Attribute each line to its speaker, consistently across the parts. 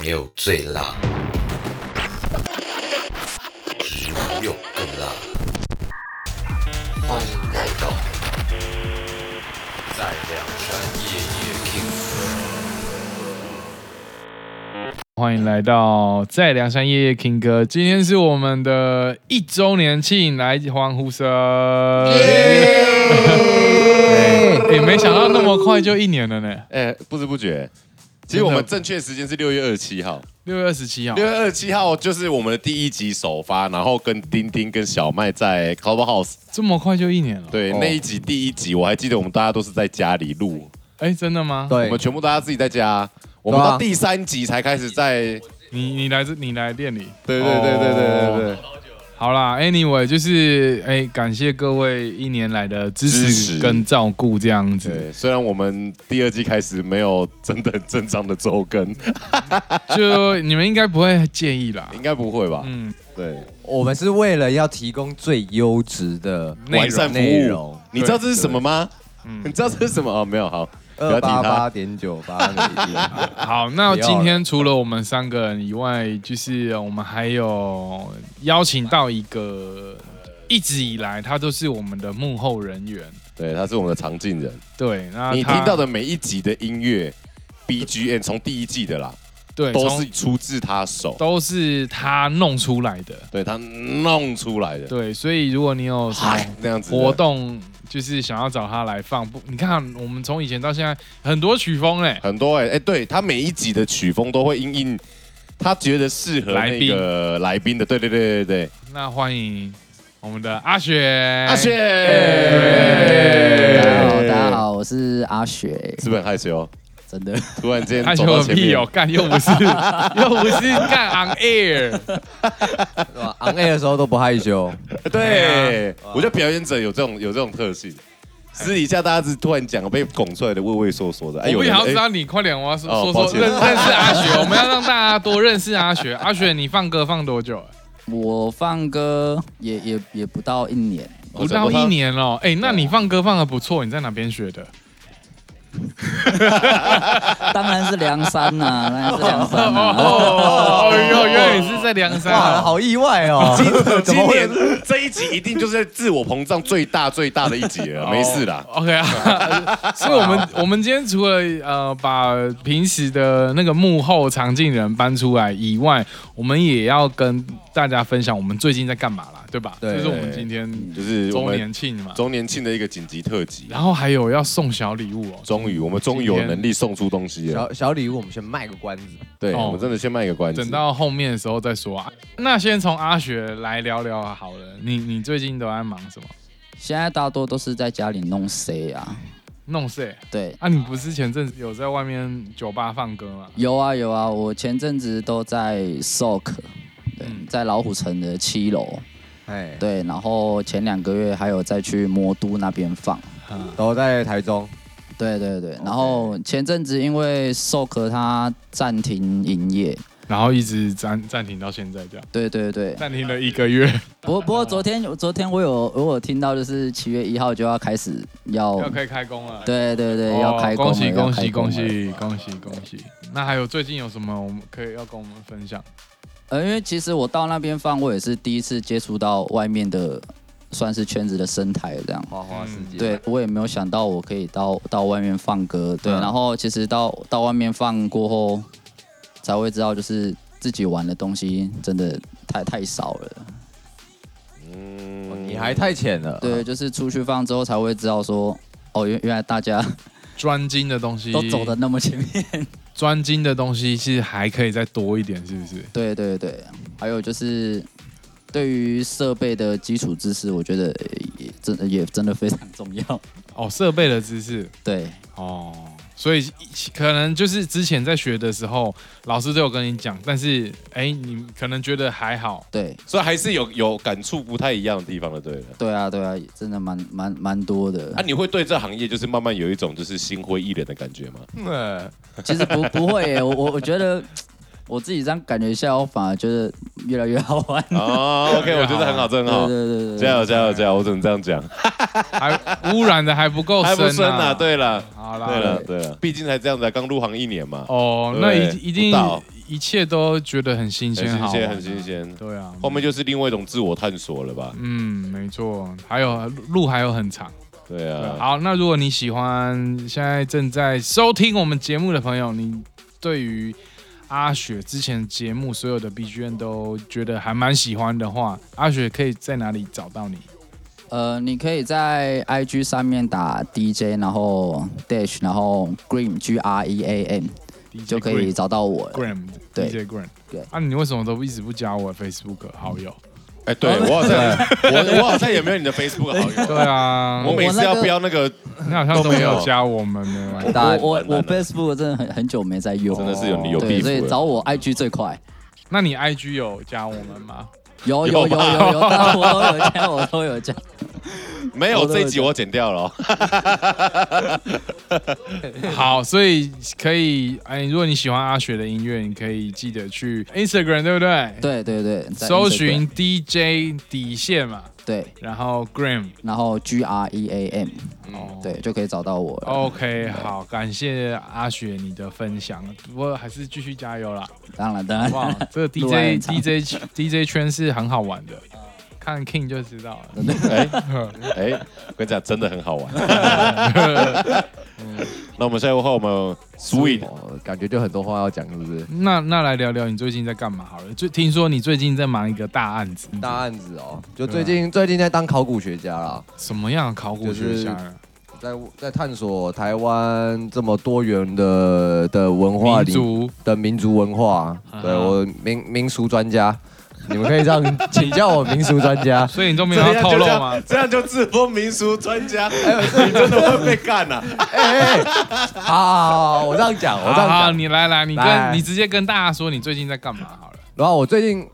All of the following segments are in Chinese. Speaker 1: 没有最辣，只有更辣。欢迎来到在梁山夜夜 King
Speaker 2: 欢迎来到在梁山夜夜 King 哥，今天是我们的一周年庆，来欢呼声！ 也哎没想到那么快就一年了呢，
Speaker 3: 哎、不知不觉，其实我们正确时间是六月二十七号。
Speaker 2: 六月二十七号
Speaker 3: 六。月二十七号就是我们的第一集首发，然后跟丁丁跟小麦在 Clubhouse
Speaker 2: 这么快就一年了？，
Speaker 4: 哦
Speaker 3: 对、那一集第一集，我还记得我们大家都是在家里录，
Speaker 2: 哎，真的吗？，
Speaker 3: 我
Speaker 4: 对啊
Speaker 3: 们，全部大家自己在家。我们到第三集才开始在，
Speaker 2: 你你来这，你来店里。
Speaker 3: 对对对对对对对，
Speaker 4: 哦
Speaker 2: 好啦，Anyway，就是哎，感谢各位一年来的支
Speaker 3: 支
Speaker 2: 持
Speaker 3: 持
Speaker 2: 跟照顾，这样子。
Speaker 3: 对。虽然我们第二季开始没有真的很正常的周更，
Speaker 2: 就你们应该不会介意啦。
Speaker 3: 应该不会吧？
Speaker 2: 嗯，
Speaker 3: 对，
Speaker 4: 我们是为了要提供最优质的
Speaker 2: 内容
Speaker 3: 完善服
Speaker 4: 内容
Speaker 3: 务，，你知道这是什么吗？
Speaker 2: 嗯
Speaker 3: 你知道这是什么？哦，没有，好，不要
Speaker 4: 二
Speaker 3: 提
Speaker 4: 八
Speaker 3: 它
Speaker 4: 八。点九八美金。
Speaker 2: 好，那
Speaker 4: 不要
Speaker 2: 今
Speaker 4: 了
Speaker 2: 天除了我们三个人以外，就是我们还有邀请到一个一直以来他都是我们的幕后人员。
Speaker 3: 对，他是我们的常进人。
Speaker 2: 对，那
Speaker 3: 你
Speaker 2: 他
Speaker 3: 听到的每一集的音乐 BGM，从第一季的啦，
Speaker 2: 对
Speaker 3: 都
Speaker 2: 从
Speaker 3: 是出自他手，
Speaker 2: 都是他弄出来的。
Speaker 3: 对他弄出来的。
Speaker 2: 对，所以如果你有什
Speaker 3: 嗨
Speaker 2: 么
Speaker 3: 那样子的
Speaker 2: 活动，就是想要找他来放，不，你看我们从以前到现在很多曲风欸嘞，
Speaker 3: 很多哎、哎、对他每一集的曲风都会因应他觉得适合
Speaker 2: 来
Speaker 3: 那
Speaker 2: 宾
Speaker 3: 个来宾的。对对对对对，
Speaker 2: 那欢迎我们的阿雪，
Speaker 3: 阿雪，
Speaker 2: 哎
Speaker 5: 大家好，大家，好，我是阿雪，
Speaker 3: 是不是很害羞？
Speaker 5: 真的，
Speaker 3: 突然间
Speaker 2: 阿雪
Speaker 3: 走到
Speaker 2: 有
Speaker 3: 前
Speaker 2: 屁
Speaker 3: 面
Speaker 2: 哦，，干又 不是又不是干 on air。
Speaker 4: 对吧 on air 的时候都不害羞，
Speaker 5: 哎
Speaker 3: 对，我觉得表演者有这种有这种特性。私底下大家是突然讲被拱出来的畏畏缩缩的，哎，
Speaker 2: 我不
Speaker 3: 有人
Speaker 2: 想要知
Speaker 3: 哎
Speaker 2: 道你，快点，我要说
Speaker 3: 哦
Speaker 2: 说
Speaker 3: 抱
Speaker 2: 说
Speaker 3: 歉
Speaker 2: 认认识阿雪，我们要让大家多认识阿雪。阿雪，你放歌放多久？
Speaker 5: 我放歌也也也不到一年，
Speaker 3: 我
Speaker 2: 不到
Speaker 3: 我
Speaker 2: 一年哦。哎，那你放歌放的不错，你在哪边学的？
Speaker 5: 当然是梁山呐、啊，当然是梁山 呐、啊。
Speaker 2: 哦，哎呦，原来你是在梁山
Speaker 4: 哇，
Speaker 2: 啊。
Speaker 4: 好意外哦！
Speaker 3: 今
Speaker 4: 怎么会
Speaker 3: 年这一集一定就是自我膨胀最大最大的一集了，没事啦。
Speaker 2: OK 啊， 所以我们我们今天除了呃把平时的那个幕后常进人搬出来以外，我们也要跟大家分享我们最近在干嘛啦，对吧？
Speaker 4: 对
Speaker 2: 这是我们今天
Speaker 3: 就是我
Speaker 2: 周年
Speaker 3: 们
Speaker 2: 庆嘛，
Speaker 3: 周年庆的一个紧急特辑。
Speaker 2: 然后还有要送小礼物哦，
Speaker 3: 终于，我们终于有能力送出东西了。
Speaker 4: 小小礼物，我们先卖个关子。
Speaker 3: 对，
Speaker 2: 哦
Speaker 3: 我们真的先卖一个关子。
Speaker 2: 等到后面的时候再说啊。那先从阿雪来聊聊好了，你你最近都在忙什么？
Speaker 5: 现在大多都是在家里弄 C 啊，
Speaker 2: 弄谁
Speaker 5: 对，
Speaker 2: 啊？你不是前阵子有在外面酒吧放歌吗？
Speaker 5: 有啊有啊，我前阵子都在 Soak，对，
Speaker 2: 嗯
Speaker 5: 在老虎城的七楼，
Speaker 4: 哎，
Speaker 5: 对，然后前两个月还有再去魔都那边放。
Speaker 2: 啊，
Speaker 4: 都在台中。
Speaker 5: 对对对，然后前阵子因为 Soak 它暂停营业，
Speaker 2: 然后一直暂暂停到现在这样，
Speaker 5: 对 对对，
Speaker 2: 暂停了一个月，
Speaker 5: 不过不过昨天昨天我有我有听到，就是七月一号就要开始要，
Speaker 2: 要可以开工了。
Speaker 5: 对对哦对，
Speaker 2: 哦
Speaker 5: 要开工了
Speaker 2: 恭喜
Speaker 5: 要
Speaker 2: 恭
Speaker 5: 开
Speaker 2: 喜
Speaker 5: 工
Speaker 2: 恭
Speaker 5: 了
Speaker 2: 喜恭喜恭喜！那还有最近有什么我们可以要跟我们分享？
Speaker 5: 呃，因为其实我到那边放，我也是第一次接触到外面的，算是圈子的生态
Speaker 2: 嗯
Speaker 5: 这样。
Speaker 4: 花花世界。
Speaker 5: 对，我也没有想到我可以到到外面放歌，对，
Speaker 4: 嗯
Speaker 5: 然后其实到到外面放过后，才会知道就是自己玩的东西真的太太少了，
Speaker 4: 哦，你还太浅了。
Speaker 5: 对，就是出去放之后才会知道说，哦，原原来大家
Speaker 2: 专精的东西
Speaker 5: 都走的，那么前面。
Speaker 2: 专精的东西是还可以再多一点，是不是？
Speaker 5: 对对对，还有就是对于设备的基础知识，我觉得呃也真的也真的非常重要。
Speaker 2: 哦，设备的知识，
Speaker 5: 对
Speaker 2: 哦，所以可能就是之前在学的时候，老师都有跟你讲，但是哎、你可能觉得还好，
Speaker 5: 对
Speaker 3: 所以还是有有感触不太一样的地方的，对了。
Speaker 5: 对啊对啊，真的蛮蛮蛮多的
Speaker 3: 啊，。你 会对这行业就是慢慢有一种就是心灰意冷的感觉吗？
Speaker 2: 嗯，
Speaker 5: 其实不不会耶，我我我觉得。我自己这样感觉下来，我反而觉得越来越好玩。
Speaker 3: 哦 ，OK，我觉得很好，真
Speaker 5: 对
Speaker 3: 的很好。
Speaker 5: 对对对对，
Speaker 3: 加油加油加油！我只能这样讲，
Speaker 2: 还污染的还不够深、啊，
Speaker 3: 还不深啊。，对了，
Speaker 2: 好啦，
Speaker 3: 对了对了，毕竟才这样子啊，刚入行一年嘛。
Speaker 2: 哦，
Speaker 3: 对
Speaker 2: 那一一定
Speaker 3: 不到
Speaker 2: 一切都觉得很新鲜，
Speaker 3: 很新
Speaker 2: 好玩
Speaker 3: 鲜，很新鲜。
Speaker 2: 对啊，
Speaker 3: 后面就是另外一种自我探索了吧？
Speaker 2: 嗯，没错，还有路还有很长。
Speaker 3: 对
Speaker 2: 对
Speaker 3: 啊，
Speaker 2: 好，那如果你喜欢现在正在收听我们节目的朋友，你对于阿雪之前节目所有的 BGM 都觉得还蛮喜欢的话，阿雪可以在哪里找到你？
Speaker 5: 呃，你可以在 IG 上面打 DJ，然后 dash，然后 Green G R E A M
Speaker 2: DJ
Speaker 5: 就可以找到我。
Speaker 2: Gram，
Speaker 5: 对
Speaker 2: DJ Gram。
Speaker 5: 对
Speaker 2: 啊，你为什么都一直不加我的 Facebook 好友？
Speaker 3: 哎，对我好像我我好像也没有你的 Facebook 好友，
Speaker 2: 对啊，
Speaker 3: 我每次要标那个
Speaker 2: 你好像都没有加我们欸呢。
Speaker 4: 大
Speaker 5: 我我
Speaker 3: 完蛋了
Speaker 5: 我 Facebook 真的很很久没在用，
Speaker 3: 真的是有你有
Speaker 5: 对，
Speaker 3: 壁
Speaker 5: 所以
Speaker 3: 虎
Speaker 5: 找
Speaker 3: 了。
Speaker 5: 我 IG 最快。
Speaker 2: 那你 IG 有加我们吗？
Speaker 5: 有有有有有，当然我都有加，我都有加。
Speaker 3: 没有这一集我剪掉了哦，
Speaker 2: 好，所以可以，哎，如果你喜欢阿雪的音乐，你可以记得去 Instagram，对不对？
Speaker 5: 对对对，在
Speaker 2: 搜
Speaker 5: Instagram
Speaker 2: 寻 DJ 底线嘛，
Speaker 5: 对，
Speaker 2: 然后 Gram。
Speaker 5: 然后 G R E A M，
Speaker 2: 哦，
Speaker 5: 对，就可以找到我了。
Speaker 2: OK，好，感谢阿雪你的分享，不过还是继续加油啦，
Speaker 5: 当然当
Speaker 2: 好不好
Speaker 5: 然，？
Speaker 2: 这个
Speaker 5: 路还
Speaker 2: DJ
Speaker 5: 很长
Speaker 2: DJ DJ 圈是很好玩的，看 King 就知道了。
Speaker 3: 哎哎，我跟你讲，真的很好玩。 那我们下一位话，我们 Sweet
Speaker 4: 哦感觉就很多话要讲，是不是？
Speaker 2: 那那来聊聊你最近在干嘛好了？就听说你最近在忙一个大案子，
Speaker 4: 大案子哦，就最近最近在当考古学家啦，
Speaker 2: 什么样的考古学家呢？
Speaker 4: 在在探索台湾这么多元的的文化
Speaker 2: 民
Speaker 4: 里
Speaker 2: 族
Speaker 4: 的民族文化
Speaker 2: 啊哈，
Speaker 4: 对我民民俗专家，你们可以这样请教我民俗专家。
Speaker 2: 所以你都没有要透露吗？
Speaker 3: 这样就自封民俗专家， 你真的会被干啊呐！
Speaker 4: 哎哎，哎好好好，好我这样讲，我这样
Speaker 2: 好好，
Speaker 4: 讲。
Speaker 2: 你来来，你
Speaker 4: 来
Speaker 2: 跟你直接跟大家说你最近在干嘛好了。
Speaker 4: 然后我最近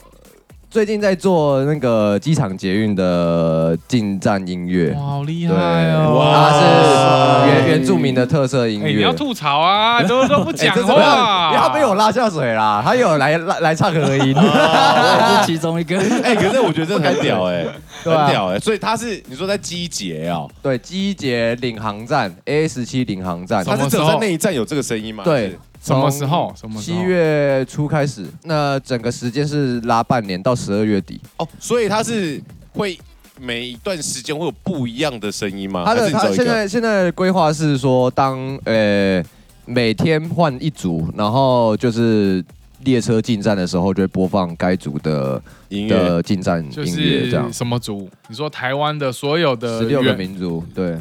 Speaker 4: 最近在做那个机场捷运的进站音乐
Speaker 2: 哇，，好厉
Speaker 4: 对，
Speaker 2: 害哦！
Speaker 3: 哇
Speaker 4: 它是原原住民的特色音
Speaker 2: 哎、你
Speaker 4: 乐
Speaker 2: 要。吐槽 啊，都都不
Speaker 4: 哎
Speaker 2: 讲
Speaker 4: 这怎么
Speaker 2: 话，
Speaker 4: 样不要被我拉下水啦！他有来来来唱和 音，
Speaker 5: 我是其中一个。
Speaker 3: 哎，可是我觉得真的很屌哎，很
Speaker 4: 对啊
Speaker 3: 屌哎，所以他是你说在集结哦，
Speaker 4: 对，机捷领航站 A 十七领航站，
Speaker 2: 什
Speaker 3: 他
Speaker 2: 么
Speaker 3: 是只
Speaker 2: 时候
Speaker 3: 有在那一站有这个声音吗？
Speaker 4: 对，
Speaker 2: 什么时候什么时候
Speaker 4: 七月初开始，那整个时间是拉半年到十二月底。
Speaker 3: 哦，所以他是会每一段时间会有不一样的声音吗？
Speaker 4: 他
Speaker 3: 啊还
Speaker 4: 的
Speaker 3: 是你
Speaker 4: 他
Speaker 3: 只有一
Speaker 4: 现
Speaker 3: 个
Speaker 4: 在现在的规划是说，当呃每天换一组，然后就是列车进站的时候就会播放该组的
Speaker 3: 音乐
Speaker 4: 的进站
Speaker 2: 就
Speaker 4: 音乐，这样
Speaker 2: 是。什么族？你说台湾的所有的
Speaker 4: 十六个
Speaker 2: 原
Speaker 4: 民族，对，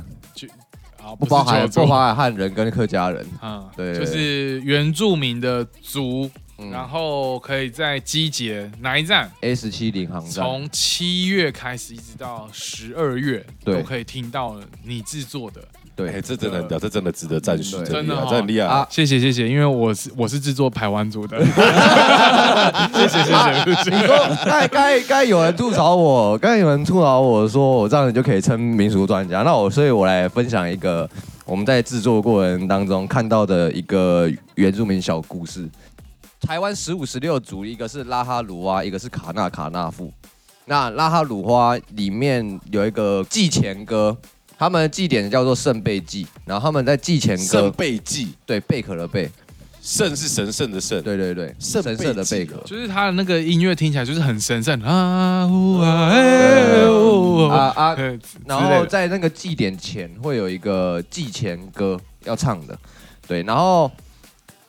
Speaker 2: 啊，
Speaker 4: 不
Speaker 2: 是
Speaker 4: 包含
Speaker 2: 九族
Speaker 4: 不包含汉人跟客家人，
Speaker 2: 啊，
Speaker 4: 对
Speaker 2: 就是原住民的族，
Speaker 4: 嗯
Speaker 2: 然后可以在集结哪一站？
Speaker 4: ，A 十七领航站，
Speaker 2: 从七月开始一直到十二月，
Speaker 4: 对
Speaker 2: 都可以听到你制作的。
Speaker 3: 哎，
Speaker 4: 对，
Speaker 3: 这真的很屌，这真的值得赞许，
Speaker 4: 对
Speaker 2: 真
Speaker 3: 真的
Speaker 2: 的
Speaker 3: 厉害
Speaker 2: 哦
Speaker 3: 这很厉害
Speaker 4: 啊
Speaker 2: 谢谢谢谢，因为我是我是制作台湾 族的，啊谢谢谢谢谢谢。
Speaker 4: 啊你说 该哎该该有人吐槽我，该有人吐槽我说我这样你就可以称民俗专家。那我所以，我来分享一个我们在制作过程当中看到的一个原住民小故事。台湾十五十六族，一个是拉哈鲁啊哇，一个是卡纳卡纳富。那拉哈鲁花里面有一个祭前歌，他们的祭典叫做圣贝祭，然后他们在祭前
Speaker 3: 圣
Speaker 4: 歌，
Speaker 3: 贝祭，
Speaker 4: 对贝壳的贝，
Speaker 3: 圣是神圣的圣，
Speaker 4: 对对对，
Speaker 3: 圣贝
Speaker 4: 神
Speaker 3: 祭
Speaker 4: 圣的贝壳。
Speaker 2: 就是他的那个音乐听起来就是很神圣啊呜啊哎呜
Speaker 4: 啊
Speaker 2: 啊
Speaker 4: 啊
Speaker 2: 啊，呃
Speaker 4: 然
Speaker 2: 之类
Speaker 4: 后
Speaker 2: 的
Speaker 4: 在那个祭典前会有一个祭前歌要唱的，对，然后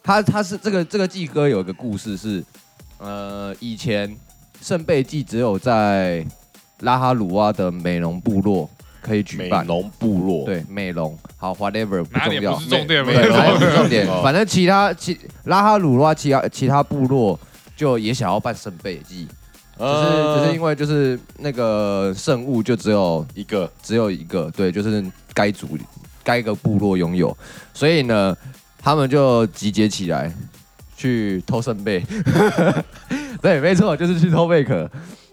Speaker 4: 他他是这个这个祭歌有一个故事是，呃，以前圣杯祭只有在拉哈鲁哇的美容部落可以举
Speaker 3: 美
Speaker 4: 办，
Speaker 3: 浓部落，
Speaker 4: 对，美容，好，whatever 不
Speaker 2: 哪
Speaker 4: 重
Speaker 2: 里
Speaker 4: 要
Speaker 2: 不是，重点
Speaker 3: 没
Speaker 2: 没
Speaker 3: 有
Speaker 2: 有
Speaker 4: 对，反正不
Speaker 2: 重点
Speaker 4: 是重 点
Speaker 3: 哦，
Speaker 4: 反正其他其拉哈鲁哇其他其他部落就也想要办圣杯祭，只
Speaker 3: 啊
Speaker 4: 是
Speaker 2: 呃
Speaker 4: 只是因为就是那个圣物就只有
Speaker 3: 一个
Speaker 4: 只有一个，对，就是该族该个部落拥有，所以呢，他们就集结起来去偷圣贝， 对，没错，就是去偷贝壳，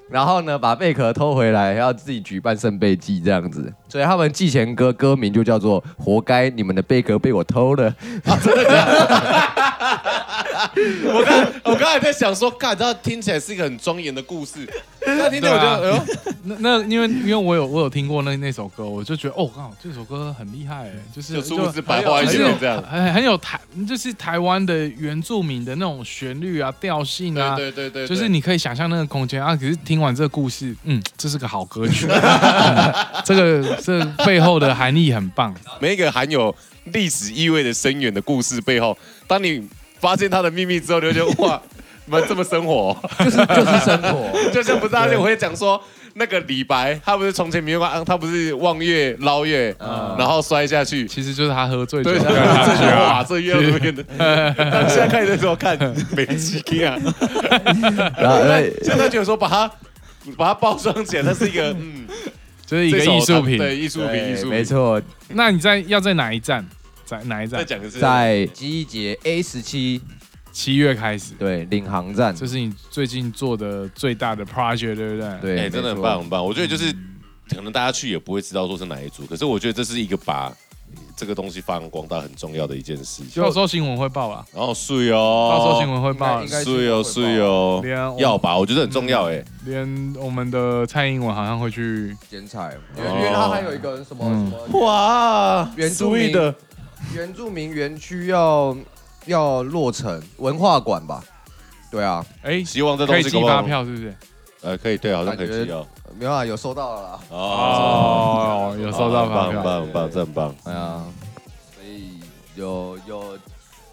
Speaker 4: 然后呢，把贝壳偷回来，要自己举办圣贝祭这样子，所以他们祭前歌歌 名就叫做“活该你们的贝壳被我偷了”，
Speaker 3: 我刚我刚才在想说，干，这听起来是一个很庄严的故事，那听起来我就，哎
Speaker 2: 对啊
Speaker 3: 呦，
Speaker 2: 那那因为因为我有我有听过那那首歌，我就觉得哦，刚好这首歌很厉害，就是
Speaker 3: 就殊不知白话一
Speaker 2: 还
Speaker 3: 点
Speaker 2: 是
Speaker 3: 点这样。
Speaker 2: 很很有台，就是台湾的原住民的那种旋律啊、调性啊，
Speaker 3: 对对对对，
Speaker 2: 就
Speaker 3: 对
Speaker 2: 是你可以想象那个空间啊。可是听完这个故事，嗯，这是个好歌曲，嗯这个这背后的含义很棒。
Speaker 3: 每一个含有历史意味的深远的故事背后，当你发现它的秘密之后，你就觉得 哇，你们这么生活哦、
Speaker 4: 就是就是生活。
Speaker 3: 就像不是大家会讲说。那个李白，他不是从前明月光，他不是望月捞月，
Speaker 4: 啊
Speaker 3: 然后摔下去，
Speaker 2: 其实就是他喝醉酒
Speaker 3: 对，
Speaker 2: 了，
Speaker 3: 这句
Speaker 4: 啊
Speaker 3: 哇，这越来越 变得，他现在开始在说看没几天啊，
Speaker 4: 然后哎
Speaker 3: 现在觉得说把它把它包装起来，它是一个嗯
Speaker 2: 就是一个艺术品。
Speaker 3: 对艺术品，艺术品，
Speaker 4: 对没。错，
Speaker 2: 那你在要在哪一站？在哪一
Speaker 3: 再
Speaker 2: 站？
Speaker 3: 讲一次，
Speaker 4: 在集结 A 十七
Speaker 2: 七月开始，
Speaker 4: 对领航站，
Speaker 2: 这是你最近做的最大的 project，对不对？。嗯
Speaker 4: 对，
Speaker 3: 哎，真的很
Speaker 4: 没错
Speaker 3: 棒，。很棒。我觉得就是可能大家去也不会知道说是哪一组，可是我觉得这是一个把这个东西发扬光大很重要的一件事情。
Speaker 2: 到时候新闻会报啊，
Speaker 3: 然后睡
Speaker 2: 到时候新
Speaker 3: 哦，
Speaker 2: 闻会报啊
Speaker 4: 应，该
Speaker 3: 睡哦，睡哦
Speaker 2: 对啊，我
Speaker 3: 要吧？我觉得很重要哎。
Speaker 2: 嗯连我们的蔡英文好像会去，
Speaker 4: 剪彩，因
Speaker 3: 为
Speaker 4: 为
Speaker 3: 因为它
Speaker 4: 它
Speaker 3: 还
Speaker 4: 还
Speaker 3: 有
Speaker 4: 有一个什么
Speaker 2: 嗯
Speaker 4: 什
Speaker 2: 什
Speaker 4: 么
Speaker 3: 哇，
Speaker 4: 原住民
Speaker 3: sweet 的
Speaker 4: 原住民园区要要落成文化馆吧？对啊，
Speaker 2: 哎，
Speaker 3: 希望这
Speaker 2: 可
Speaker 3: 东
Speaker 2: 以
Speaker 3: 西
Speaker 2: 寄
Speaker 3: 搞不好
Speaker 2: 发，票是不是？
Speaker 3: 呃，可以，对，好像可以
Speaker 4: 感觉
Speaker 3: 寄哦。
Speaker 4: 没有啊，有收到了啦。
Speaker 2: 哦，有收到发
Speaker 3: 棒啊很
Speaker 2: 票，
Speaker 3: 棒很棒，真很棒。
Speaker 4: 哎呀，所以有有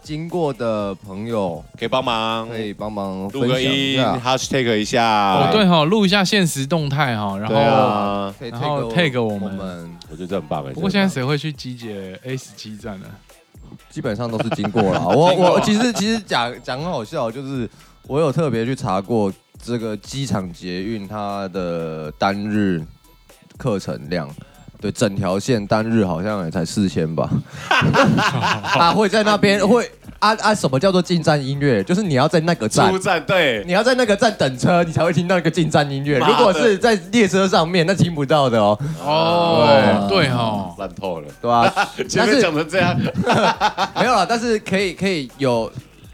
Speaker 4: 经过的朋友
Speaker 3: 可以帮忙
Speaker 4: 可以帮忙
Speaker 3: 录
Speaker 4: 分
Speaker 3: 个
Speaker 4: 享一
Speaker 3: 音
Speaker 4: 下，
Speaker 3: ，hashtag 一下。
Speaker 2: 哦对哈，录一下现实动态哈，然
Speaker 3: 对
Speaker 2: 后
Speaker 3: 啊，
Speaker 4: 可以
Speaker 2: 然后 tag 我
Speaker 4: 我
Speaker 2: 们
Speaker 4: 们
Speaker 3: 我觉得这很棒哎。
Speaker 2: 不过现在谁会去集结 A 十七站啊呢？
Speaker 4: 基本上都是经过 了。我我其实其实讲讲很好笑，就是我有特别去查过这个机场捷运它的单日课程量。对，整条线单日好像也才四千 吧。啊，会在那边会啊啊，什么叫做进站音乐？就是你要在那个站
Speaker 3: 出，站对，
Speaker 4: 你要在那个站等车，你才会听到那个进站音乐。
Speaker 3: 妈的
Speaker 4: 如果是在列车上面，那听不到的哦，
Speaker 2: 哦，对哈，
Speaker 3: 烂透了。
Speaker 4: 对吧、
Speaker 3: 前
Speaker 4: 但
Speaker 3: 面
Speaker 4: 是
Speaker 3: 讲成这样，
Speaker 4: 没有啦，但是可以可以有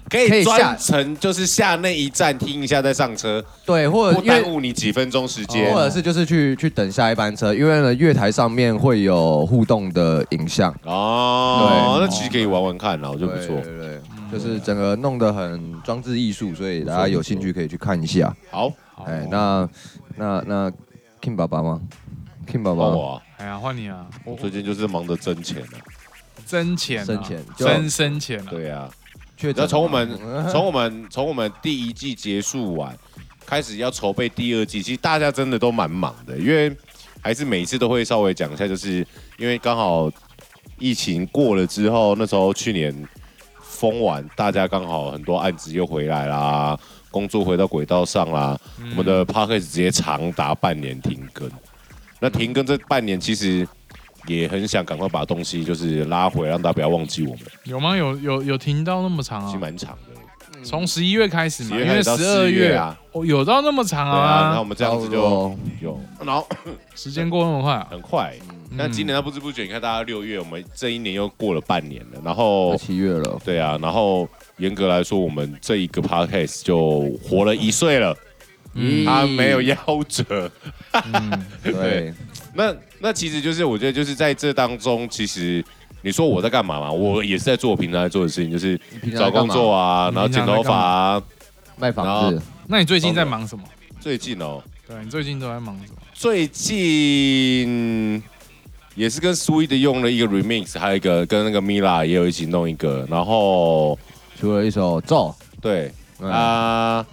Speaker 3: 可
Speaker 4: 可
Speaker 3: 以
Speaker 4: 以下
Speaker 3: 专程就是下那一站听一下再上车，
Speaker 4: 对，或
Speaker 3: 不
Speaker 4: 者呃因为
Speaker 3: 耽误你几分钟时间
Speaker 4: 哦或。者是就是去去等下一班车，因为呢月台上面会有互动的影像，
Speaker 3: 哦，
Speaker 4: 对
Speaker 3: 那其实可以玩玩看啊啦，我觉得不错
Speaker 4: 对。对对，就是整个弄得很装置艺术，所以大家有兴趣可以去看一下。
Speaker 3: 好，
Speaker 4: 哎，那那那 King 爸爸吗？King 爸
Speaker 3: 帮
Speaker 4: 爸
Speaker 3: 我啊，
Speaker 2: 哎呀，换你啊，我
Speaker 3: 最近就是忙着挣钱啊。
Speaker 2: 真钱啊，
Speaker 4: 生前就
Speaker 2: 真生钱啊，
Speaker 3: 对啊，
Speaker 4: 确
Speaker 3: 那
Speaker 4: 诊
Speaker 3: 从我们从我们从我们第一季结束完，开始要筹备第二季，其实大家真的都蛮忙的，因为还是每一次都会稍微讲一下，就是因为刚好疫情过了之后，那时候去年封完，大家刚好很多案子又回来啦，工作回到轨道上啦，我们的 p a c k a g e 直接长达半年停更。那停更这半年，其实也很想赶快把东西就是拉回来，让大家不要忘记我们，
Speaker 2: 有吗？有有有听到那么长
Speaker 3: 其实
Speaker 2: 啊？
Speaker 3: 蛮长的。
Speaker 2: 从十一月开始嘛，
Speaker 3: 11
Speaker 2: 因
Speaker 3: 月开
Speaker 2: 为
Speaker 3: 始到
Speaker 2: 十二
Speaker 3: 4月啊
Speaker 2: 哦，有到那么长
Speaker 3: 对啊，那我
Speaker 2: 啊，
Speaker 3: 们这样子
Speaker 4: 差不
Speaker 3: 就
Speaker 4: 多
Speaker 3: 有，然后
Speaker 2: 时间过那么快啊。
Speaker 3: 很快。
Speaker 4: 嗯
Speaker 3: 但今年它不知不觉，你看大家六月，我们这一年又过了半年了。然后
Speaker 4: 快，七月了，
Speaker 3: 对啊，然后严格来说，我们这一个 podcast 就活了一岁了，
Speaker 2: 嗯
Speaker 3: 它没有夭折。
Speaker 2: 嗯
Speaker 4: 对，
Speaker 3: 那那其实就是我觉得就是在这当中，其实你说我在干嘛嘛？我也是在做我平常在做的事情，就是
Speaker 4: 你平常
Speaker 3: 找
Speaker 4: 在干
Speaker 3: 工
Speaker 4: 嘛
Speaker 3: 作啊，
Speaker 2: 你
Speaker 3: 然后
Speaker 2: 平
Speaker 3: 剪
Speaker 2: 常在
Speaker 3: 头发啊。
Speaker 4: 卖房子，
Speaker 2: 那你最近在忙什么？
Speaker 3: 最近哦，
Speaker 2: 对你最近都在忙什么？
Speaker 3: 最近也是跟 Sweet 用了一个 remix，还有一个跟那个 Mila 也有一起弄一个，然后
Speaker 4: 出了一首咒，
Speaker 3: 对
Speaker 4: 嗯
Speaker 3: 啊、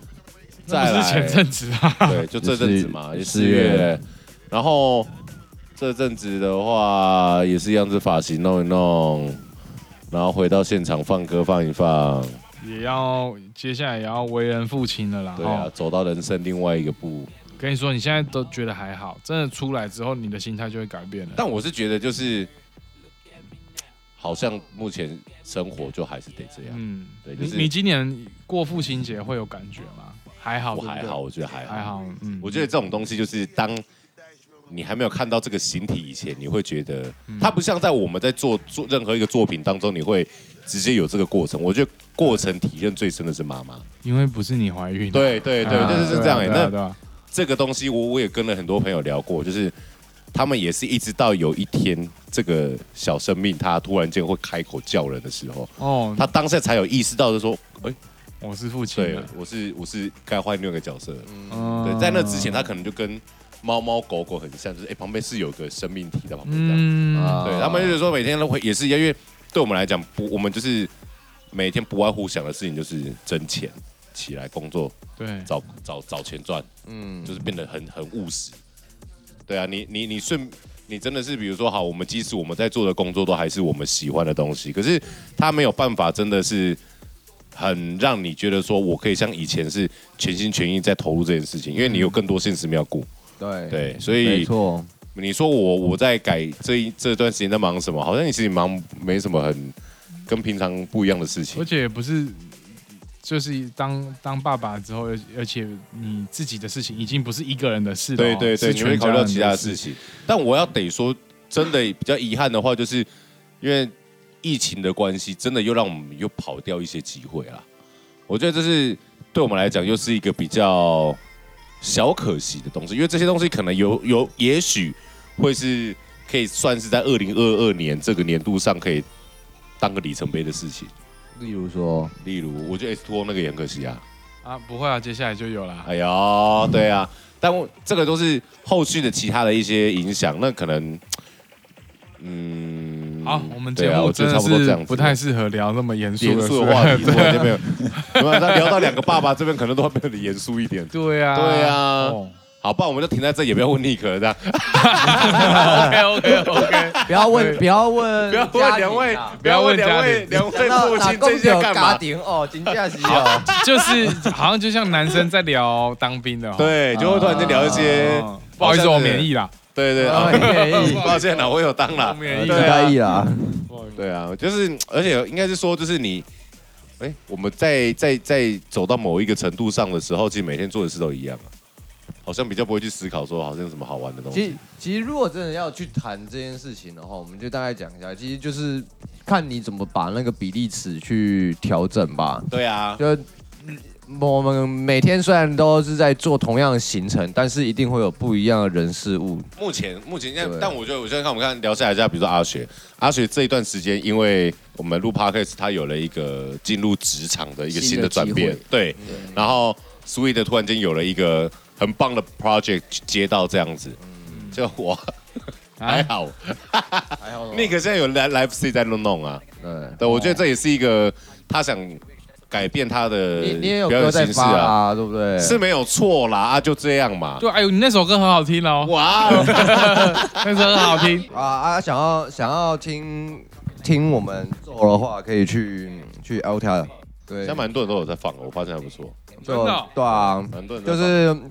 Speaker 3: 再
Speaker 2: 那不
Speaker 3: 来
Speaker 2: 是前阵子啊，
Speaker 3: 对，就这阵子嘛，也
Speaker 4: 也是
Speaker 3: 四月，然后这阵子的话也是一样子发型弄一弄，然后回到现场放歌放一放，
Speaker 2: 也要接下来也要为人父亲了啦。
Speaker 3: 对啊，
Speaker 2: 哦，
Speaker 3: 走到人生另外一个步。
Speaker 2: 跟你说，你现在都觉得还好，真的出来之后，你的心态就会改变了。
Speaker 3: 但我是觉得就是，好像目前生活就还是得这样。
Speaker 2: 嗯，
Speaker 3: 啊对就
Speaker 2: 你
Speaker 3: 是
Speaker 2: 你今年过父亲节会有感觉吗？还好，
Speaker 3: 我
Speaker 2: 对不对
Speaker 3: 还好，，我觉得还好，
Speaker 2: 还好，嗯，
Speaker 3: 我觉得这种东西就是当你还没有看到这个形体以前，你会觉得它不像在我们在做做任何一个作品当中，你会直接有这个过程。我觉得过程体验最深的是妈妈。
Speaker 2: 因为不是你怀孕啊、
Speaker 3: 对对对，
Speaker 2: 嗯啊
Speaker 3: 就是是这样、欸。
Speaker 2: 对啊
Speaker 3: 那
Speaker 2: 对啊
Speaker 3: 这个东西我我也跟了很多朋友聊过，就是他们也是一直到有一天这个小生命他突然间会开口叫人的时候，
Speaker 2: 哦，
Speaker 3: 他当下才有意识到，就说，哎、
Speaker 2: 我是父亲
Speaker 3: 对
Speaker 2: 啊，
Speaker 3: 我是我是该换另外一个角色了。
Speaker 2: 嗯
Speaker 3: 对，在那之前他可能就跟猫猫狗狗很像，就是哎、旁边是有个生命体在旁边这样。啊
Speaker 4: 啊
Speaker 2: 嗯，
Speaker 3: 对他们就是说每天都会也是一样，因为对我们来讲不，我们就是每天不外乎想的事情就是挣钱，起来工作，
Speaker 2: 对，
Speaker 3: 找找找钱赚，
Speaker 4: 嗯，
Speaker 3: 就是变得很很务实。对啊，你你你顺，你真的是比如说好，我们即使我们在做的工作都还是我们喜欢的东西，可是他没有办法，真的是很让你觉得说我可以像以前是全心全意在投入这件事情，因为你有更多现实面要顾。
Speaker 4: 对
Speaker 3: 对，所
Speaker 4: 嗯哎没
Speaker 3: 以
Speaker 4: 错，
Speaker 3: 你说我我在改这一这段时间在忙什么？好像你其实忙没什么很跟平常不一样的事情
Speaker 2: 而。且也不是。就是当当爸爸之后，而而且你自己的事情已经不是一个人的事了哦，
Speaker 3: 对对对，
Speaker 2: 是
Speaker 3: 你
Speaker 2: 全
Speaker 3: 会考虑
Speaker 2: 家
Speaker 3: 到
Speaker 2: 人的
Speaker 3: 其他的事。情。但我要得说，真的比较遗憾的话，就是因为疫情的关系，真的又让我们又跑掉一些机会啦。我觉得这是对我们来讲又是一个比较小可惜的东西，因为这些东西可能有有也许会是可以算是在二零二二年这个年度上可以当个里程碑的事情。
Speaker 4: 例如说，
Speaker 3: 例如，我觉得 S Two O 那个也很可惜啊。
Speaker 2: 啊，不会啊，接下来就有了。
Speaker 3: 哎呦，对啊，但我这个都是后续的其他的一些影响，那可能，嗯，
Speaker 2: 好，我们
Speaker 3: 对
Speaker 2: 节
Speaker 3: 啊
Speaker 2: 目
Speaker 3: 我觉
Speaker 2: 真
Speaker 3: 得
Speaker 2: 的
Speaker 3: 差不多这样
Speaker 2: 是
Speaker 3: 子
Speaker 2: 不太适合聊那么严肃
Speaker 3: 严
Speaker 2: 的
Speaker 3: 肃
Speaker 2: 事
Speaker 3: 的话题，我这边有，没有聊到两个爸爸这边可能都会变得严肃一点。
Speaker 2: 对 啊，
Speaker 3: 对啊好，不然我们就停在这，也不要问尼克 这样。
Speaker 2: OK OK OK，
Speaker 4: 不要问，不要问，
Speaker 3: 不要问两位，
Speaker 2: 啊不要问
Speaker 3: 两位，
Speaker 2: 家庭
Speaker 3: 两位
Speaker 4: 那
Speaker 3: 父
Speaker 4: 打
Speaker 3: 亲这
Speaker 4: 工
Speaker 3: 些
Speaker 4: 有
Speaker 3: 干
Speaker 4: 家
Speaker 3: 嘛？
Speaker 4: 庭哦，金价是哦，
Speaker 2: 就是好像就像男生在聊当兵的哦，
Speaker 3: 对，就会突然间聊一些
Speaker 2: 哦，不好意思，我免疫啦，
Speaker 3: 对对，
Speaker 4: 哦
Speaker 3: 啊
Speaker 4: 免疫
Speaker 3: 抱歉了，我有当
Speaker 2: 我
Speaker 3: 了。
Speaker 2: 免疫
Speaker 4: 几
Speaker 3: 对
Speaker 2: 啦，
Speaker 3: 啊
Speaker 4: 百亿啦，
Speaker 3: 对啊，就是，而且应该是说，就是你，哎、我们在在在走到某一个程度上的时候，其实每天做的事都一样啊，好像比较不会去思考说，好像有什么好玩的东
Speaker 4: 其
Speaker 3: 西
Speaker 4: 实。其实如果真的要去谈这件事情的话，我们就大概讲一下，其实就是看你怎么把那个比例尺去调整吧。
Speaker 3: 对啊，
Speaker 4: 就我们每天虽然都是在做同样的行程，但是一定会有不一样的人事物。
Speaker 3: 目前目前现在
Speaker 4: 对，
Speaker 3: 但我觉得，我现在看我们看聊下来，像比如说阿雪，阿雪这一段时间，因为我们录 podcast，她有了一个进入职场的一个新的转变
Speaker 5: 新的机，
Speaker 3: 对，然后 Sweet 突然间有了一个很棒的 project 接到这样子，就我 还
Speaker 2: 啊，
Speaker 3: 好，
Speaker 4: 嗯还好
Speaker 3: 那个现在有 live live C 在弄弄啊。
Speaker 4: 对，
Speaker 3: 对，我觉得这也是一个他想改变他的
Speaker 4: 你你也有
Speaker 3: 表
Speaker 4: 歌
Speaker 3: 演
Speaker 4: 在
Speaker 3: 形式
Speaker 4: 发
Speaker 3: 啊，
Speaker 4: 啊，对不对？
Speaker 3: 是没有错啦，啊，就这样嘛。
Speaker 2: 对，哎呦，你那首歌很好听哦，
Speaker 3: 哇，
Speaker 2: 那首很好听，
Speaker 4: 啊啊，想要想要听听我们做的话，可以去去 Alta。对
Speaker 3: 现在，蛮多人都有在放，我发现还不错，
Speaker 2: 真的哦
Speaker 4: 对啊，
Speaker 3: 蛮多人在
Speaker 4: 就
Speaker 3: 放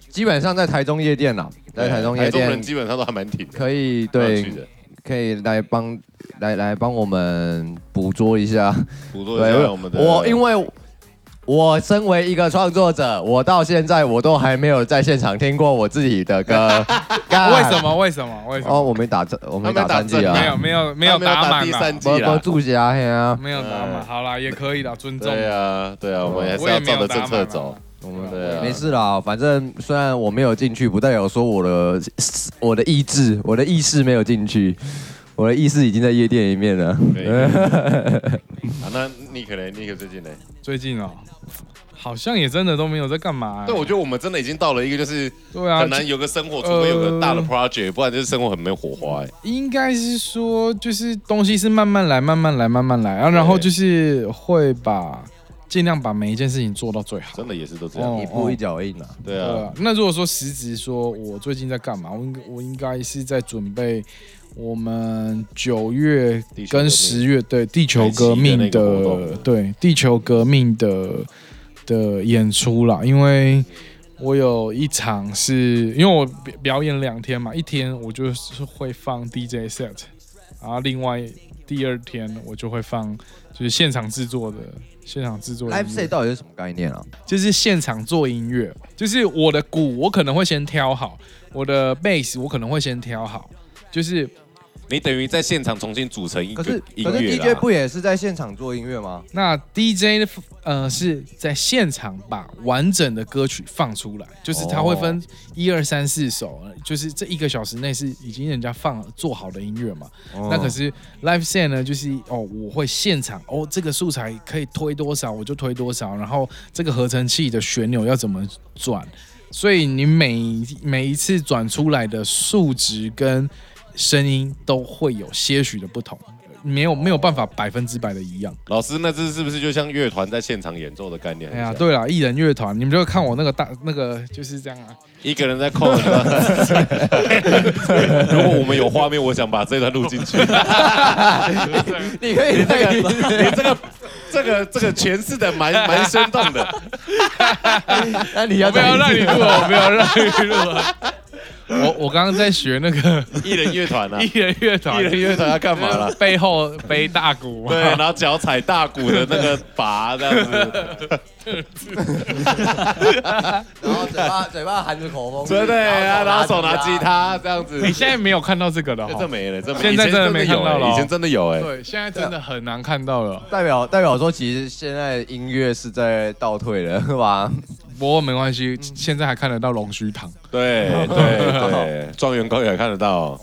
Speaker 4: 是基本上在台中夜店啦，在
Speaker 3: 对
Speaker 4: 台中夜
Speaker 3: 哎台中人
Speaker 4: 店
Speaker 3: 基本上都还蛮挺的，
Speaker 4: 可以
Speaker 3: 蛮有趣
Speaker 4: 对
Speaker 3: 的。
Speaker 4: 可以来帮来来帮我们捕捉一 下。
Speaker 3: 捕捉一下我们的，
Speaker 4: 我因为我身为一个创作者，我到现在我都还没有在现场听过我自己的歌。
Speaker 3: 啊
Speaker 4: 干
Speaker 2: 为什？么？为什么？为什
Speaker 4: 哦，
Speaker 2: 么？
Speaker 4: 我没打这，我没打
Speaker 3: 他没打
Speaker 4: 三季啊，
Speaker 2: 没有没有没有
Speaker 3: 他没有
Speaker 2: 打
Speaker 3: 打啊
Speaker 2: 满
Speaker 3: 第
Speaker 2: 啦，
Speaker 3: 三季
Speaker 4: 我我
Speaker 3: 啦。
Speaker 4: 住家嘿啊，
Speaker 2: 没有打满，好啦，也可以的，尊重。
Speaker 3: 对啊，对啊，我们还是
Speaker 2: 我也
Speaker 3: 要
Speaker 2: 没
Speaker 3: 照
Speaker 2: 有
Speaker 3: 着
Speaker 2: 打
Speaker 3: 政
Speaker 2: 满
Speaker 3: 策
Speaker 2: 啦
Speaker 3: 走。
Speaker 4: 我们
Speaker 3: 对啊
Speaker 4: 没事啦，反正虽然我没有进去，不代表说我的我的意志，我的意识没有进去，我的意识已经在夜店里面了。
Speaker 3: 可以可以 啊，那尼克嘞，尼克最近嘞？
Speaker 2: 最近哦，好像也真的都没有在干嘛、欸。
Speaker 3: 对，我觉得我们真的已经到了一个就是
Speaker 2: 对啊，呃
Speaker 3: 很难有个生活，除非有个大的 project，不然就是生活很没有火花。哎
Speaker 2: 应该是说就是东西是慢慢来，慢慢来，慢慢来，然后然后就是会把尽量把每一件事情做到最好。
Speaker 3: 真的也是都这样。
Speaker 2: 哦
Speaker 4: 一步一脚印啊，
Speaker 3: 对
Speaker 2: 对
Speaker 3: 啊
Speaker 2: 啊，，那如果说实质说我最近在干嘛，我应我应该是在准备我们九月
Speaker 3: 地球革
Speaker 2: 跟
Speaker 3: 命
Speaker 2: 十月对地球革命
Speaker 3: 北极的那个活
Speaker 2: 的
Speaker 3: 动
Speaker 2: 对地球革命的的演出啦，因为我有一场是因为我表表演两天嘛，一天我就是会放 DJ set，然后另外第二天我就会放就是现场制作的现场制作的音乐
Speaker 4: Live Set 到底是什么概念啊？
Speaker 2: 就是现场做音乐，就是我的鼓我可能会先挑好，我的 bass 我可能会先挑好，就是
Speaker 3: 你等于在现场重新组成一
Speaker 4: 可
Speaker 3: 个
Speaker 4: 是
Speaker 3: 音
Speaker 4: 可是
Speaker 3: 乐啦啊
Speaker 4: DJ 不也是在现场做音乐吗？
Speaker 2: 那 DJ 呃是在现场把完整的歌曲放出来，就是他会分一二三四首，就是这一个小时内是已经人家放做好的音乐嘛。
Speaker 4: 哦
Speaker 2: 那 可是 live set 呢，就是哦我会现场哦这个素材可以推多少我就推多少，然后这个合成器的旋钮要怎么转，所以你每每一次转出来的数值跟声音都会有些许的不同。没有没有办法百分之百的一样。
Speaker 3: 老师，那这是不是就像乐团在现场演奏的概念？
Speaker 2: 哎呀，，对了，艺人乐团，你们就看我那个大那个就是这样啊。
Speaker 3: 一个人在扣。你知道如果我们有画面，我想把这段录进去。
Speaker 4: 你可 以那个，
Speaker 3: 你这个、 这个、这个诠释的蛮蛮生动的。
Speaker 4: 那你要
Speaker 2: 我不要
Speaker 4: 再
Speaker 2: 让你录啊，我不要让你录啊。 我我刚刚在学那个
Speaker 3: 艺人乐团啊，
Speaker 2: 艺人乐团，
Speaker 3: 艺人乐团要干嘛啦？
Speaker 2: 背后背大 鼓嘛
Speaker 3: 对，。然后脚踩大鼓的那个拔这样子，
Speaker 4: 然后嘴巴嘴巴含着口风，
Speaker 3: 对对啊，然后手拿吉
Speaker 4: 他，
Speaker 3: 他这样子。
Speaker 2: 你现在没有看到这个的
Speaker 3: 哎这
Speaker 2: 哈？
Speaker 3: 没了，这没
Speaker 2: 现在
Speaker 3: 以前
Speaker 2: 真的没
Speaker 3: 有
Speaker 2: 看到了
Speaker 3: 哎
Speaker 2: 哦
Speaker 3: 以前真的有哎。
Speaker 2: 对，现在真的很难看到
Speaker 3: 啊
Speaker 2: 了。
Speaker 4: 代表代表说，其实现在音乐是在倒退了，是吧？
Speaker 2: 不过没关
Speaker 3: 嗯
Speaker 2: 系，现在还看得到龙须堂。
Speaker 3: 对对对，状元公也看 得到。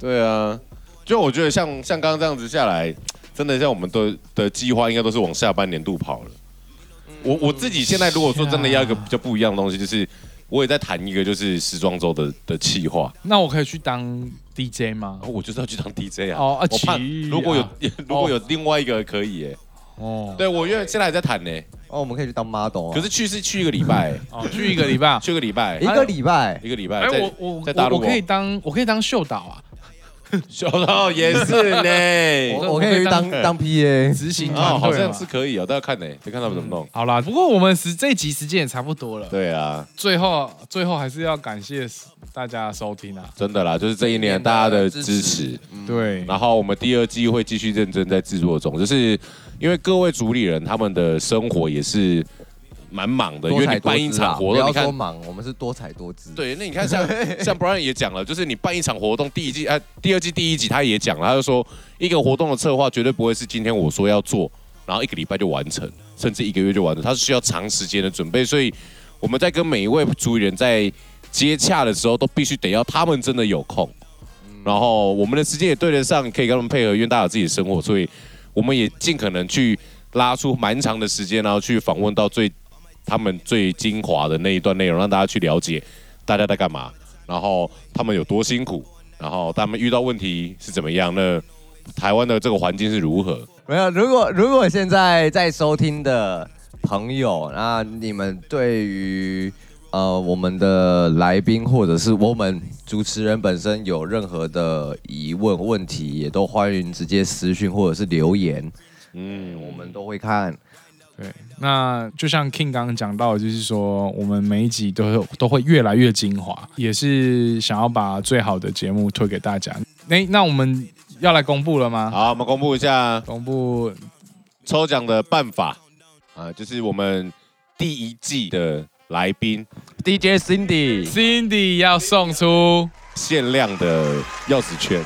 Speaker 3: 对啊，就我觉得像像刚刚这样子下来，真的像我们的的计划，应该都是往下半年度跑了。
Speaker 2: 嗯
Speaker 3: 我我自己现在如果说真的要一个比较不一样的东西，就是我也在谈一个就是时装周的的企划，
Speaker 2: 那我可以去当 DJ 吗
Speaker 3: 然？后我就是要去当 DJ 啊。
Speaker 2: 哦啊
Speaker 3: 我怕
Speaker 2: 奇遇啊
Speaker 3: 如 果有如果有另外一个可以耶，
Speaker 2: 哦，
Speaker 3: 对我因为现在还在谈呢，
Speaker 4: 哦，我们可以去当 model 啊。
Speaker 3: 可是去是去一个 礼拜，
Speaker 2: 哦，去一个礼 拜。
Speaker 3: 去个礼拜
Speaker 4: 一个礼拜，
Speaker 3: 一个礼拜
Speaker 2: 哎，，
Speaker 3: 在
Speaker 2: 我我
Speaker 3: 在大
Speaker 2: 我
Speaker 3: 陆哦
Speaker 2: 我可以当我可以当秀导啊，
Speaker 3: 小 到哦也 是呢。
Speaker 4: 我我可以去当当 PA。
Speaker 2: 执行
Speaker 3: 哦，
Speaker 2: 团
Speaker 3: 好
Speaker 2: 队
Speaker 3: 像
Speaker 2: 嘛
Speaker 3: 哎是可以哦，大家看呢、再看他们怎么
Speaker 4: 嗯
Speaker 3: 弄。
Speaker 2: 好啦，不过我们时这一集时间也差不多了，
Speaker 3: 对啊，
Speaker 2: 最后最后还是要感谢大家的收听啊，
Speaker 3: 真的啦，就是这一年大家的支持，
Speaker 4: 嗯
Speaker 2: 对，
Speaker 3: 然后我们第二季会继续认真在制作中，就是因为各位主理人他们的生活也是蛮忙的，因
Speaker 4: 多
Speaker 3: 为
Speaker 4: 彩
Speaker 3: 你
Speaker 4: 多
Speaker 3: 办一
Speaker 4: 姿啊！
Speaker 3: 场活
Speaker 4: 不
Speaker 3: 动，
Speaker 4: 要
Speaker 3: 你
Speaker 4: 说
Speaker 3: 看。
Speaker 4: 忙，我们是多彩多姿。，
Speaker 3: 对，那你看像像 Brian 也讲了，就是你办一场活动，第一季啊，第二季第一集他也讲了，他就说一个活动的策划绝对不会是今天我说要做，然后一个礼拜就完成，甚至一个月就完成，它是需要长时间的准备，所以我们在跟每一位主理人在接洽的时候，都必须得要他们真的有空，然后我们的时间也对得上，可以跟他们配合，因为大家有自己的生活，所以我们也尽可能去拉出蛮长的时间，然后去访问到最他们最精华的那一段内容，让大家去了解大家在干嘛，然后他们有多辛苦，然后他们遇到问题是怎么样，那台湾的这个环境是如何？
Speaker 4: 没有。如果如果现在在收听的朋友，那你们对于呃我们的来宾或者是我们主持人本身有任何的疑问问题，也都欢迎直接私讯或者是留言，
Speaker 3: 嗯，
Speaker 4: 我们都会看。
Speaker 2: 对，那就像 King 刚刚讲到的，就是说我们每一集都有都会越来越精华，也是想要把最好的节目推给大家。那那我们要来公布了吗？
Speaker 3: 好，我们公布一下
Speaker 2: 公布
Speaker 3: 抽奖的办法啊，就是我们第一季的来宾
Speaker 4: DJ Cindy，
Speaker 2: Cindy 要送出
Speaker 3: 限量的钥匙圈。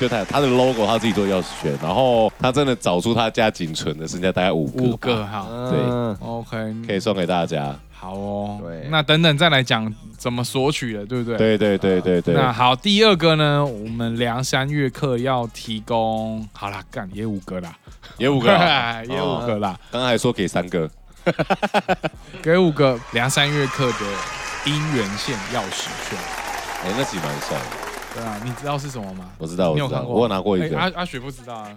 Speaker 3: 就他他的 logo，他自己做钥匙圈，然后他真的找出他家仅存的剩下大概五个，
Speaker 2: 五个，好
Speaker 4: 嗯，
Speaker 2: ，OK，
Speaker 3: 可以送给大家。
Speaker 2: 好哦。
Speaker 4: 对
Speaker 2: 那等等再来讲怎么索取的，对不对？
Speaker 3: 对对对对对，
Speaker 2: 那好，第二个呢，我们梁山月课要提供，好啦，干也五个啦，
Speaker 3: 也五个 啊，
Speaker 2: 也五个啦，
Speaker 3: 刚才说给三个，
Speaker 2: 给五个梁山月课的姻缘线钥匙圈。
Speaker 3: 哎，那其实蛮像的。
Speaker 2: 对啊，你知道是什么吗？
Speaker 3: 我知道，我
Speaker 2: 你有
Speaker 3: 知
Speaker 2: 看
Speaker 3: 道，
Speaker 2: 过？
Speaker 3: 我有拿过一
Speaker 2: 哎
Speaker 3: 个。
Speaker 2: 阿阿雪不知道啊，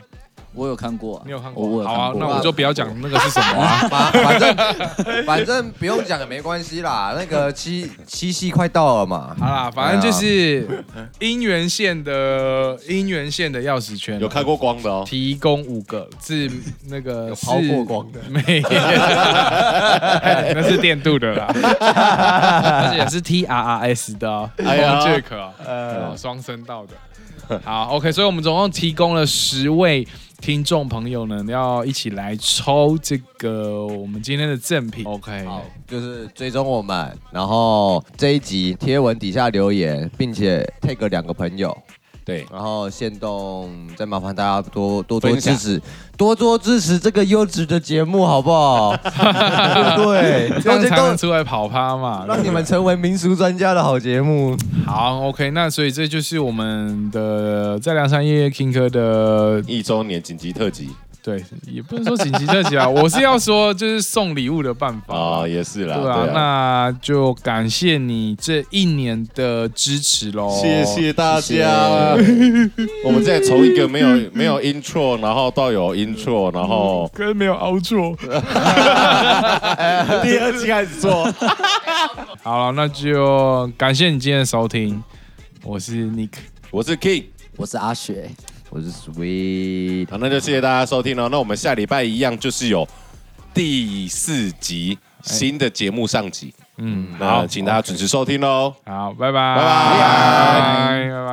Speaker 5: 我有看过啊、
Speaker 2: 你有看
Speaker 5: 我我
Speaker 2: 过？
Speaker 5: 有
Speaker 2: 好
Speaker 5: 看
Speaker 2: 啊，
Speaker 5: 过
Speaker 2: 那我就不要讲那个是什么 啊。
Speaker 4: 反反正反正不用讲也没关系啦，那个七七夕快到了嘛。
Speaker 2: 好啦，反正就是
Speaker 3: 哎
Speaker 2: 姻缘线的姻缘线的钥匙圈啊，
Speaker 3: 有开过光的哦，
Speaker 2: 提供五个是那个
Speaker 4: 有抛过光
Speaker 2: 的，没 有，那是电镀的啦，而且是 T R R S 的哦，
Speaker 3: 哎呀
Speaker 2: Jack 哦哦，双声道的。好，OK，所以我们总共提供了十位听众朋友呢，要一起来抽这个我们今天的赠品。OK，
Speaker 4: 好，就是追踪我们，然后这一集贴文底下留言，并且 tag 两个朋友，
Speaker 3: 对，
Speaker 4: 然后限动，再麻烦大家多多多
Speaker 3: 分享
Speaker 4: 支持，多多支持这个优质的节目，好 不好？哦 对不对，
Speaker 2: 这样才能
Speaker 4: 让
Speaker 2: 出来跑趴嘛。
Speaker 4: 让你们成为民俗专家的好节目。
Speaker 2: 好，OK，那所以这就是我们的在梁山夜夜 King 哥的，
Speaker 3: 一周年紧急特辑
Speaker 2: 对，也不能说紧急特辑啊，我是要说就是送礼物的办法
Speaker 3: 啊、也是啦，
Speaker 2: 对啊，那就感谢你这一年的支持喽，
Speaker 3: 哦谢谢大
Speaker 5: 谢谢
Speaker 3: 家。我们再从一个没有 没有 intro，然后到有 intro，然后
Speaker 2: 跟没有凹 错。
Speaker 3: 第二期开始做。
Speaker 2: 好了，那就感谢你今天的收听，我是 Nick，
Speaker 3: 我是 King，
Speaker 5: 我是阿雪，
Speaker 4: 我是 Sweet，
Speaker 3: 好，那就谢谢大家收听了。哦那我们下礼拜一样就是有第四集新的节目上集，
Speaker 2: 哎嗯，
Speaker 3: 那
Speaker 2: 好，
Speaker 3: 请大家准时收听喽。哦
Speaker 2: 好，拜拜，
Speaker 3: 拜
Speaker 2: 拜拜，拜拜。